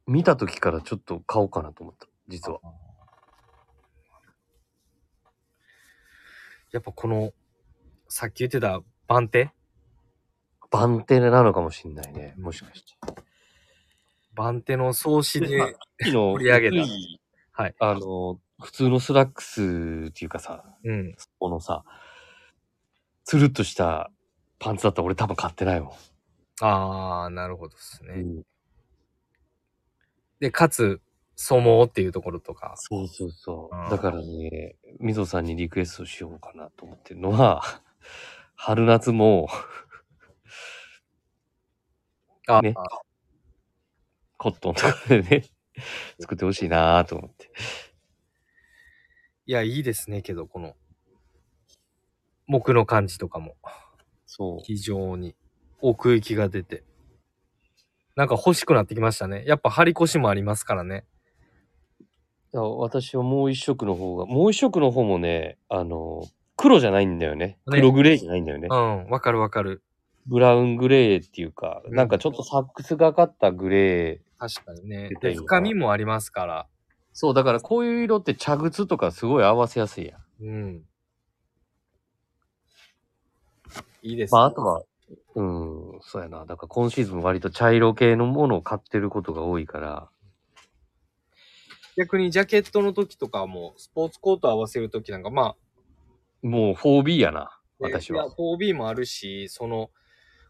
S2: 見た時からちょっと買おうかなと思った、実は。
S1: やっぱこの、さっき言ってた番手
S2: 番手なのかもしんないね、もしかして。
S1: 番手の創始で、
S2: まあ
S1: は
S2: 昨日、
S1: 盛り上げた
S2: つい
S1: はい。
S2: あのー普通のスラックスっていうかさ、
S1: うん。
S2: このさ、つるっとしたパンツだったら俺多分買ってないも
S1: あー、なるほどです
S2: ん。
S1: ね。で、かつ、相撲っていうところとか。
S2: そうそうそ
S1: あー
S2: う。だからね、みぞさんにリクエストしようかなと思ってるのは、春夏も
S1: あ、
S2: ねコットンとかでね、作ってほしいなと思って。
S1: いや、いいですね、けど、この、木の感じとかも、
S2: そう。
S1: 非常に奥行きが出て、なんか欲しくなってきましたね。やっぱ張り腰もありますからね。
S2: だから私はもう一色の方が、もう一色の方もね、あの、黒じゃないんだよ
S1: ね
S2: ね。黒グレーじゃないんだよね。
S1: うん、わかるわかる。
S2: ブラウングレーっていうか、
S1: うん
S2: なんかちょっとサックスがかったグレ
S1: 確
S2: ー。
S1: かにね
S2: 絶。対
S1: で
S2: いいわ
S1: 深みもありますから。
S2: そう、だからこういう色って茶靴とかすごい合わせやすいやん。
S1: うん。いいです、
S2: まあ、あとは、うん、そうやな。だから今シーズン割と茶色系のものを買ってることが多いから、
S1: 逆にジャケットの時とかも、スポーツコート合わせる時なんか、まあ、
S2: もう 4B やな、私
S1: い
S2: は
S1: や。4B もあるし、その、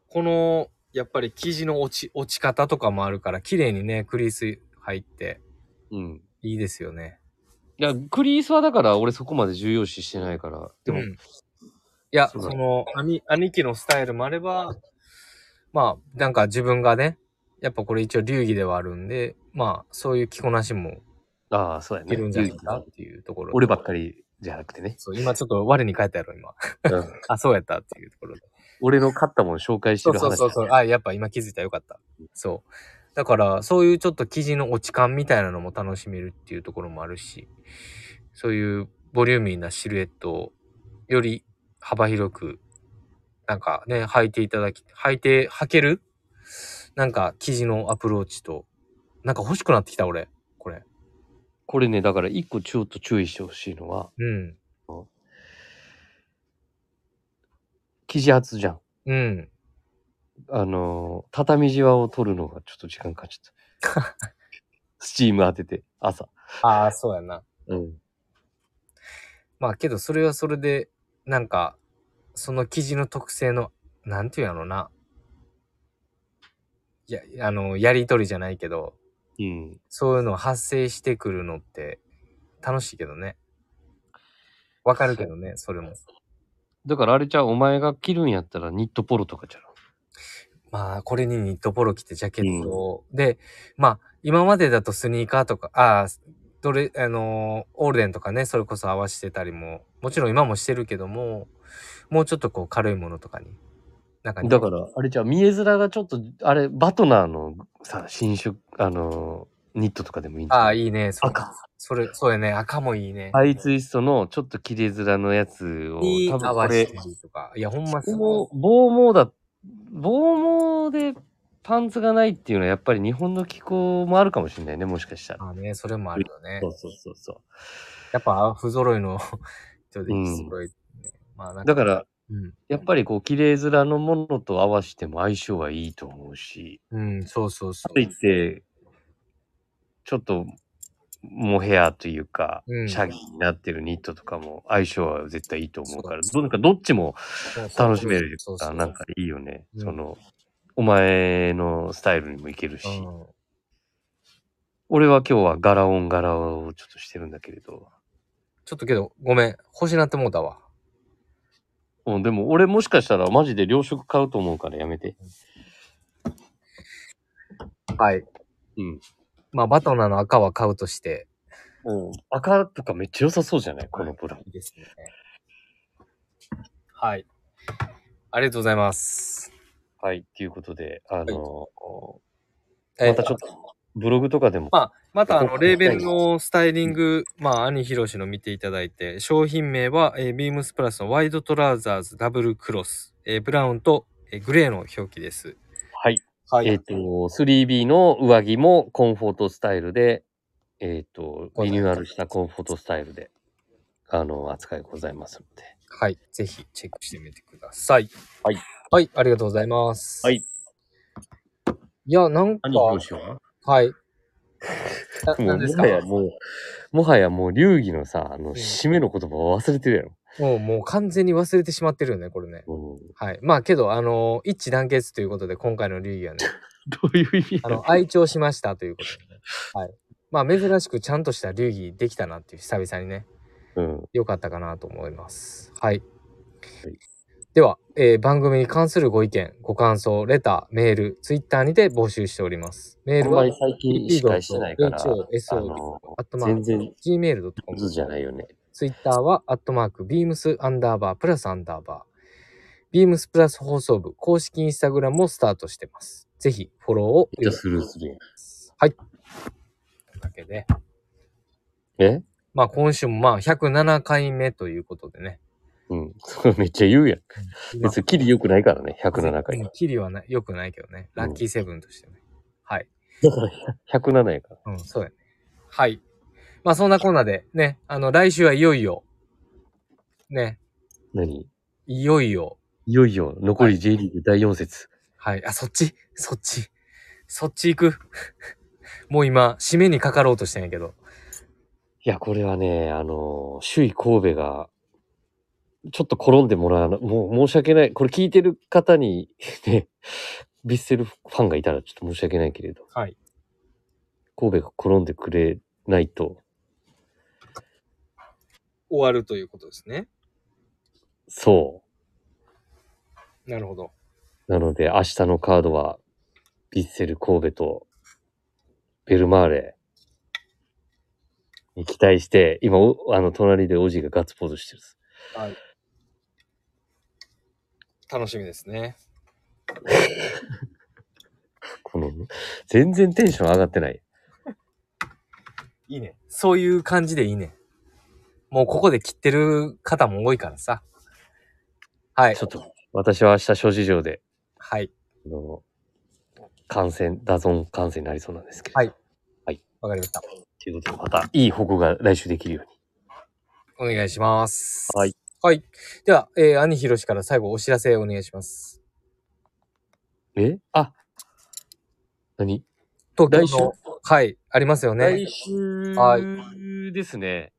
S1: この、やっぱり生地の落ち、落ち方とかもあるから、綺麗にね、クリース入って、
S2: うん。
S1: いいですよね。
S2: いや、クリースはだから俺そこまで重要視してないから、でも、
S1: うんいや、
S2: そ
S1: そう
S2: だね
S1: の、兄、兄貴のスタイルもあれば、まあ、なんか自分がね、やっぱこれ一応流儀ではあるんで、まあ、そういう着こなしも
S2: ああ、そうや
S1: い
S2: ね。
S1: るんじゃないかなっていうところ。
S2: 俺ばっかりじゃな くてね。
S1: そう、今ちょっと我に返ったやろ、今。あ、そうやったっていうところで。
S2: 俺の買ったもの紹介して
S1: そう
S2: る
S1: そ
S2: 話だ
S1: う
S2: ね。
S1: そうそう。あ、やっぱ今気づいたよかった。そう。だから、そういうちょっと生地の落ち感みたいなのも楽しめるっていうところもあるし、そういうボリューミーなシルエットをより幅広く、なんかね、履いていただき、履いて、履けるなんか生地のアプローチと、なんか欲しくなってきた俺、これ。
S2: これね、だから一個ちょっと注意してほしいのは、
S1: うん。
S2: 生地厚じゃん。
S1: うん。
S2: あのー、畳じわを取るのがちょっと時間かかっちゃ った。スチーム当てて、朝。
S1: ああ、そうやな。
S2: うん。
S1: まあけどそれはそれで、なんか、その記事の特性の、なんていうんやろな。いや、あの、やりとりじゃないけど、
S2: うん。
S1: そういうの発生してくるのって楽しいけどね。わかるけどね、それも。
S2: だからあれじゃあお前が着るんやったらニットポロとかじゃろ。
S1: まあ、これにニットポロ着てジャケットを。で、まあ、今までだとスニーカーとか、ああ、どれ、あのーオールデンとかね、それこそ合わせてたりも、もちろん今もしてるけども、もうちょっとこう軽いものとかに。なんかね
S2: だから、あれじゃあ見え面がちょっと、あれ、バトナーのさ、新色、あのー、ニットとかでもいいんじゃ
S1: ああ、
S2: ない
S1: いいね。それ
S2: 赤。
S1: それ、そうやね。赤もいいね。
S2: ハイツイストのちょっと切れ面のやつを、
S1: いい
S2: 多
S1: 合
S2: 分こ
S1: わせ
S2: れ、
S1: とか。いや、ほんま
S2: こ
S1: そ
S2: こ
S1: う。
S2: も防毛だ、防毛でパンツがないっていうのはやっぱり日本の気候もあるかもしれないね、もしかしたら。
S1: ああね、それもあるよね
S2: そ。うそうそうそ
S1: やっぱ、不揃いの 人で
S2: うん
S1: 揃えてね。まあ、なん
S2: う。だ
S1: か、
S2: から、
S1: うん。
S2: やっぱりこう、切れ面のものと合わせても相性はいいと思うし、
S1: うん、そうそうそ
S2: かと
S1: う
S2: いっ。て、ちょっと、モヘアというか、
S1: うん
S2: シャギーになってるニットとかも相性は絶対いいと思うから、
S1: そう
S2: どなんかどっちも
S1: そうそう
S2: 楽しめる
S1: そう
S2: か
S1: そ
S2: ら、
S1: う
S2: なんかいいよね。
S1: うん
S2: その、お前のスタイルにもいけるし、
S1: うん
S2: 俺は今日は柄オン柄をちょっとしてるんだけれど、
S1: ちょっとけど、ごめん。欲しなってもうたわ。
S2: うん、でも俺もしかしたらマジで両色買うと思うからやめて。
S1: はい。
S2: うん。
S1: まあ、バトナーの赤は買うとして、うん。
S2: 赤とかめっちゃ良さそうじゃないこのブラン
S1: いいですね。はい。ありがとうございます。
S2: ド。はい。ということで、あの、
S1: え
S2: またちょっと、ブログとかでも、
S1: まあ、また、あ
S2: こ
S1: の、
S2: こ
S1: レーベルのスタイリング、まあ、兄ひろしの見ていただいて、商品名は、えービームスプラスのワイドトラウザーズダブルクロス、えーブラウンと、えーグレーの表記です。
S2: はい。
S1: は
S2: えっ、と、3B の上着もコンフォートスタイルで、えっ、と、リニューアルしたコンフォートスタイルで、あの、扱いございますので。
S1: はい。ぜひ、チェックしてみてください。
S2: はい。
S1: はい、ありがとうございます。
S2: はい
S1: いや、なんか、
S2: 兄どうしようか
S1: はい。な
S2: も
S1: 何
S2: う
S1: です
S2: も
S1: か
S2: はやもう、もはやもう、流儀のさ、あ
S1: う
S2: の、
S1: ん
S2: 締めの言葉を忘れてるやろ。
S1: もう、もう完全に忘れてしまってるよね、これね。
S2: うん
S1: はい。まあ、けど、あのー一致団結ということで、今回の流儀は ね、
S2: どういう意味
S1: あ
S2: やろ
S1: の、愛聴しましたということでね。はい。まあ、珍しくちゃんとした流儀できたなっていう、久々にね、
S2: うん。
S1: 良かったかなと思います。はい
S2: はい。
S1: では、えー番組に関するご意見、ご感想、レター、メール、ツイッターにて募集しております。メー
S2: あん
S1: ルは
S2: まり、最近意識してないから、
S1: HOSO
S2: あの
S1: アットマー
S2: 全
S1: ク、
S2: 然
S1: gmail.com
S2: 上手じゃないよね。
S1: ツイッターは、アットマーク、ビームスアンダーバープラスアンダーバー。ビームスプラス放送部公式インスタグラムをスタートしてます。ぜひ、フォローを。
S2: めっちゃスルーするやん。
S1: はい。というわけで、
S2: え
S1: まあ今週もまあ107回目ということでね。
S2: うん。 それめっちゃ言うやん。
S1: 今
S2: 別にキリ良くないからね、107回。
S1: キリはな良くないけどね。ラッキーセブンとしてね。はい。
S2: だから107やから。
S1: うん、そうやね。はい。まあそんなこんなで、ね、あの、来週はいよいよ、ね、
S2: 何
S1: いよいよ、
S2: いよいよ残り J リーグ第4節。
S1: はい。あ、そっちそっち。そっち行く。 もう今、締めにかかろうとしてんやけど。
S2: いや、これはね、あのー、首位神戸が、ちょっと転んでもらわな、もう申し訳ない。これ聞いてる方に、 ね、ヴィッセルファンがいたらちょっと申し訳ないけれど、
S1: はい。
S2: 神戸が転んでくれないと、
S1: 終わるということですね。
S2: そ
S1: なるほど。
S2: う。なので、明日のカードは、ヴィッセル神戸と、ベルマーレに期待して、今、おあの、隣でおじいがガッツポーズしてるっす。
S1: はい。楽しみですね。
S2: この、全然テンション上がってない。
S1: いいね。そういう感じでいいね。もうここで切ってる方も多いからさ。はい
S2: ちょ。っと、私は明日諸事情で、
S1: はい。
S2: あの、感染、ダゾン感染になりそうなんですけど。
S1: はい
S2: はい。
S1: わかりました。
S2: ということで、また、いい報告が来週できるように。
S1: お願いします。
S2: はい。
S1: はい。では、えー、兄ひろしから最後お知らせお願いします。
S2: えあ何
S1: 東
S2: 来
S1: 京
S2: 週
S1: の、はい、ありますよね。
S2: 来週
S1: はい
S2: ですね。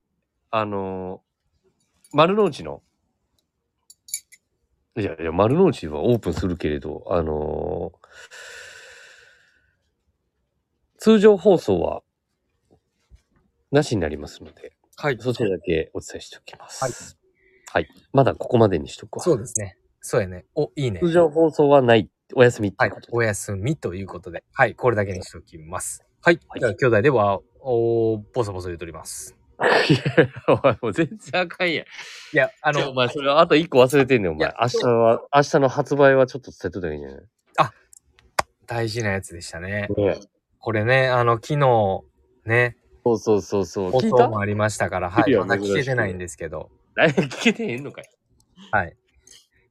S2: あの、丸の内の、いやいや、丸の内はオープンするけれど、あの、通常放送は、なしになりますので、
S1: はい。
S2: そちらだけお伝えしておきます。
S1: はい
S2: はい。まだここまでにしとくわ。
S1: そうですね。そうやね。お、いいね。
S2: 通常放送はない、お休みって
S1: はいいう
S2: こ。と
S1: お休みということで。はい。これだけにしておきます。はい。
S2: はい
S1: では、兄弟では、おー、ボソボソ言うとります。
S2: で。 お前もう全然あかんやん。
S1: いや、あ
S2: あの、お
S1: の、
S2: 前それあと一個忘れてんねん、お
S1: い
S2: 前
S1: や。
S2: 明日は、明日の発売はちょっと伝えといた方がいいんじゃない
S1: 大事なやつでしたね。
S2: ね
S1: これね、あの、昨日、ね、
S2: そうそうそうそう。
S1: 放
S2: 聞い
S1: 送
S2: た
S1: もありましたから、はいい。
S2: や
S1: まだ聞け
S2: 珍してい
S1: ないんですけど、
S2: 誰 聞けてへんのかい。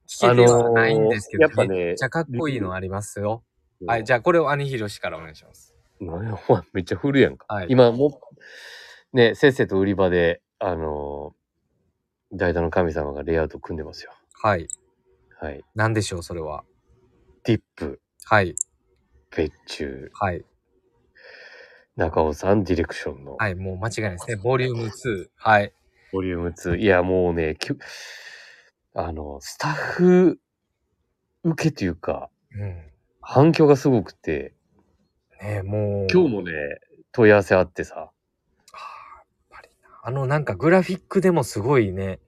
S1: 聞けてはないんですけど、
S2: あのーやっぱね
S1: めっちゃかっこいいのありますよ。はい。じ
S2: ゃ
S1: ゃあ、これを兄ひろしからお願いします。
S2: お前めっちゃ古いやんか。
S1: はい
S2: 今もう、ね、せっせと売り場で、あのー、代打の神様がレイアウト組んでますよ。
S1: はい。
S2: はい。
S1: なんでしょう、それは。
S2: ディップ、
S1: はい。
S2: 別注、
S1: はい。
S2: 中尾さん、ディレクションの。
S1: はい。もう間違いないですね。ボリューム2。はい。
S2: ボリューム2。いや、もうね、きゅあの、スタッフ受けというか、
S1: うん。ね
S2: 反響がすごくて、
S1: えもう。
S2: 今日もね、問い合わせあってさ、
S1: あのなんかグラフィックでもすごいね、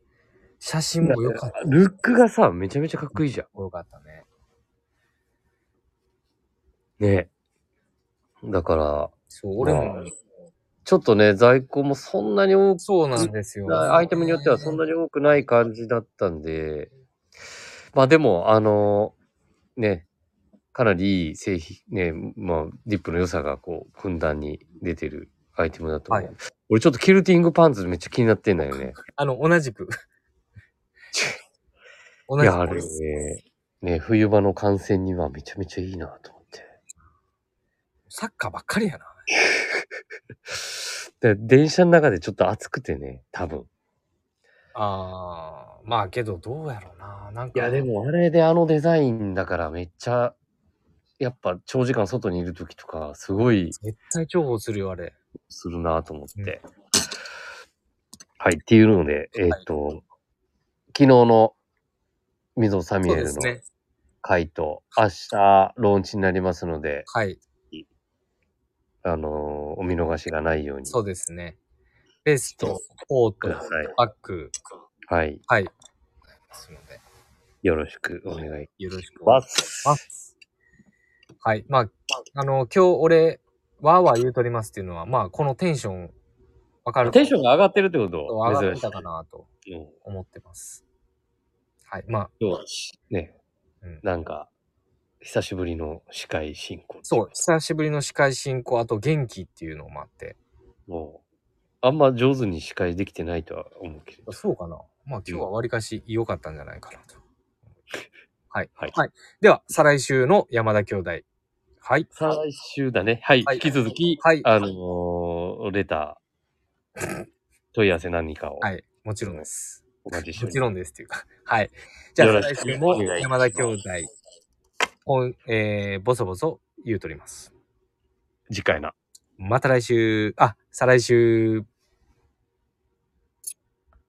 S1: 写真も良かった。
S2: ルックがさ、めちゃめちゃかっこいいじゃ
S1: 良かったね。
S2: ん。ね。だから、
S1: そう、俺も
S2: うん
S1: ち
S2: ちょっとね、在庫もそんなに多く、
S1: そうなんですよ。
S2: アイテムによってはそんなに多くない感じだったんで、まあでも、あの、ね、かなりいい製品、ね、まあ、リップの良さがこう、ふんだんに出てるアイテムだと思う。
S1: はい
S2: 俺ちょっとキルティングパンツめっちゃ気になってんだよね。
S1: あの、同 じく。同
S2: い
S1: じ
S2: や、あ
S1: く
S2: れ
S1: です。
S2: ね、ね、冬場の感染にはめちゃめちゃいいなと思って。
S1: サッカーばっかりやな。
S2: で電車の中でちょっと暑くてね、多分。
S1: あー、まあけどどうやろうな。なん
S2: い
S1: か。
S2: や、で。もあれであのデザインだからめっちゃ、やっぱ長時間外にいる時とか、すごい
S1: 絶対重宝するよ、あれ。
S2: するなと思って。はい、っていうので、えーっと、昨日の溝サミ
S1: そう
S2: ュ
S1: で
S2: エル
S1: す
S2: の
S1: ね。
S2: 回と、明日ローンチになりますので、
S1: はい。
S2: あのーお見逃しがないように
S1: そうですね。ベス
S2: そう
S1: ト、コー
S2: くだ
S1: ト、
S2: さい。
S1: バッグ、
S2: はい、
S1: はい。ですので、
S2: よろしくお願いし
S1: よろしくお願いします
S2: ま
S1: ま
S2: す。
S1: す。はい。まあ、あの、今日俺、わーわー言うとりますっていうのは、まあ、このテンション、わかる
S2: テンションが上がってるってこ
S1: ちょっと上
S2: と
S1: がっ
S2: 珍
S1: て
S2: しい
S1: た。かなと
S2: うん
S1: 思ってます。はい。まあ、
S2: 今日はね、
S1: うん
S2: なんか、久しぶりの司会進行。
S1: そう、久しぶりの司会進行、あと元気っていうのもあって。
S2: もう、あんま上手に司会できてないとは思うけど。
S1: そうかな。まあ、今日はわりかし良かったんじゃないかなと。はい。
S2: はい。
S1: はいでは、再来週の山田兄弟。はい。
S2: 再来週だね。はい。
S1: はい
S2: 引き続き、
S1: はい
S2: あのーレター、問い合わせ何かを
S1: はい。もちろんです。
S2: お待ちしてお
S1: もち
S2: ります。
S1: ろんですっていうか。 はい。じゃ
S2: よ
S1: あ、
S2: ろ
S1: 再
S2: し
S1: 来
S2: く
S1: 週も
S2: お願いし
S1: 山
S2: ます
S1: 田兄弟、ほんえー、ボソボソ言うとります。
S2: 次回な。
S1: また来週、あ、再来週。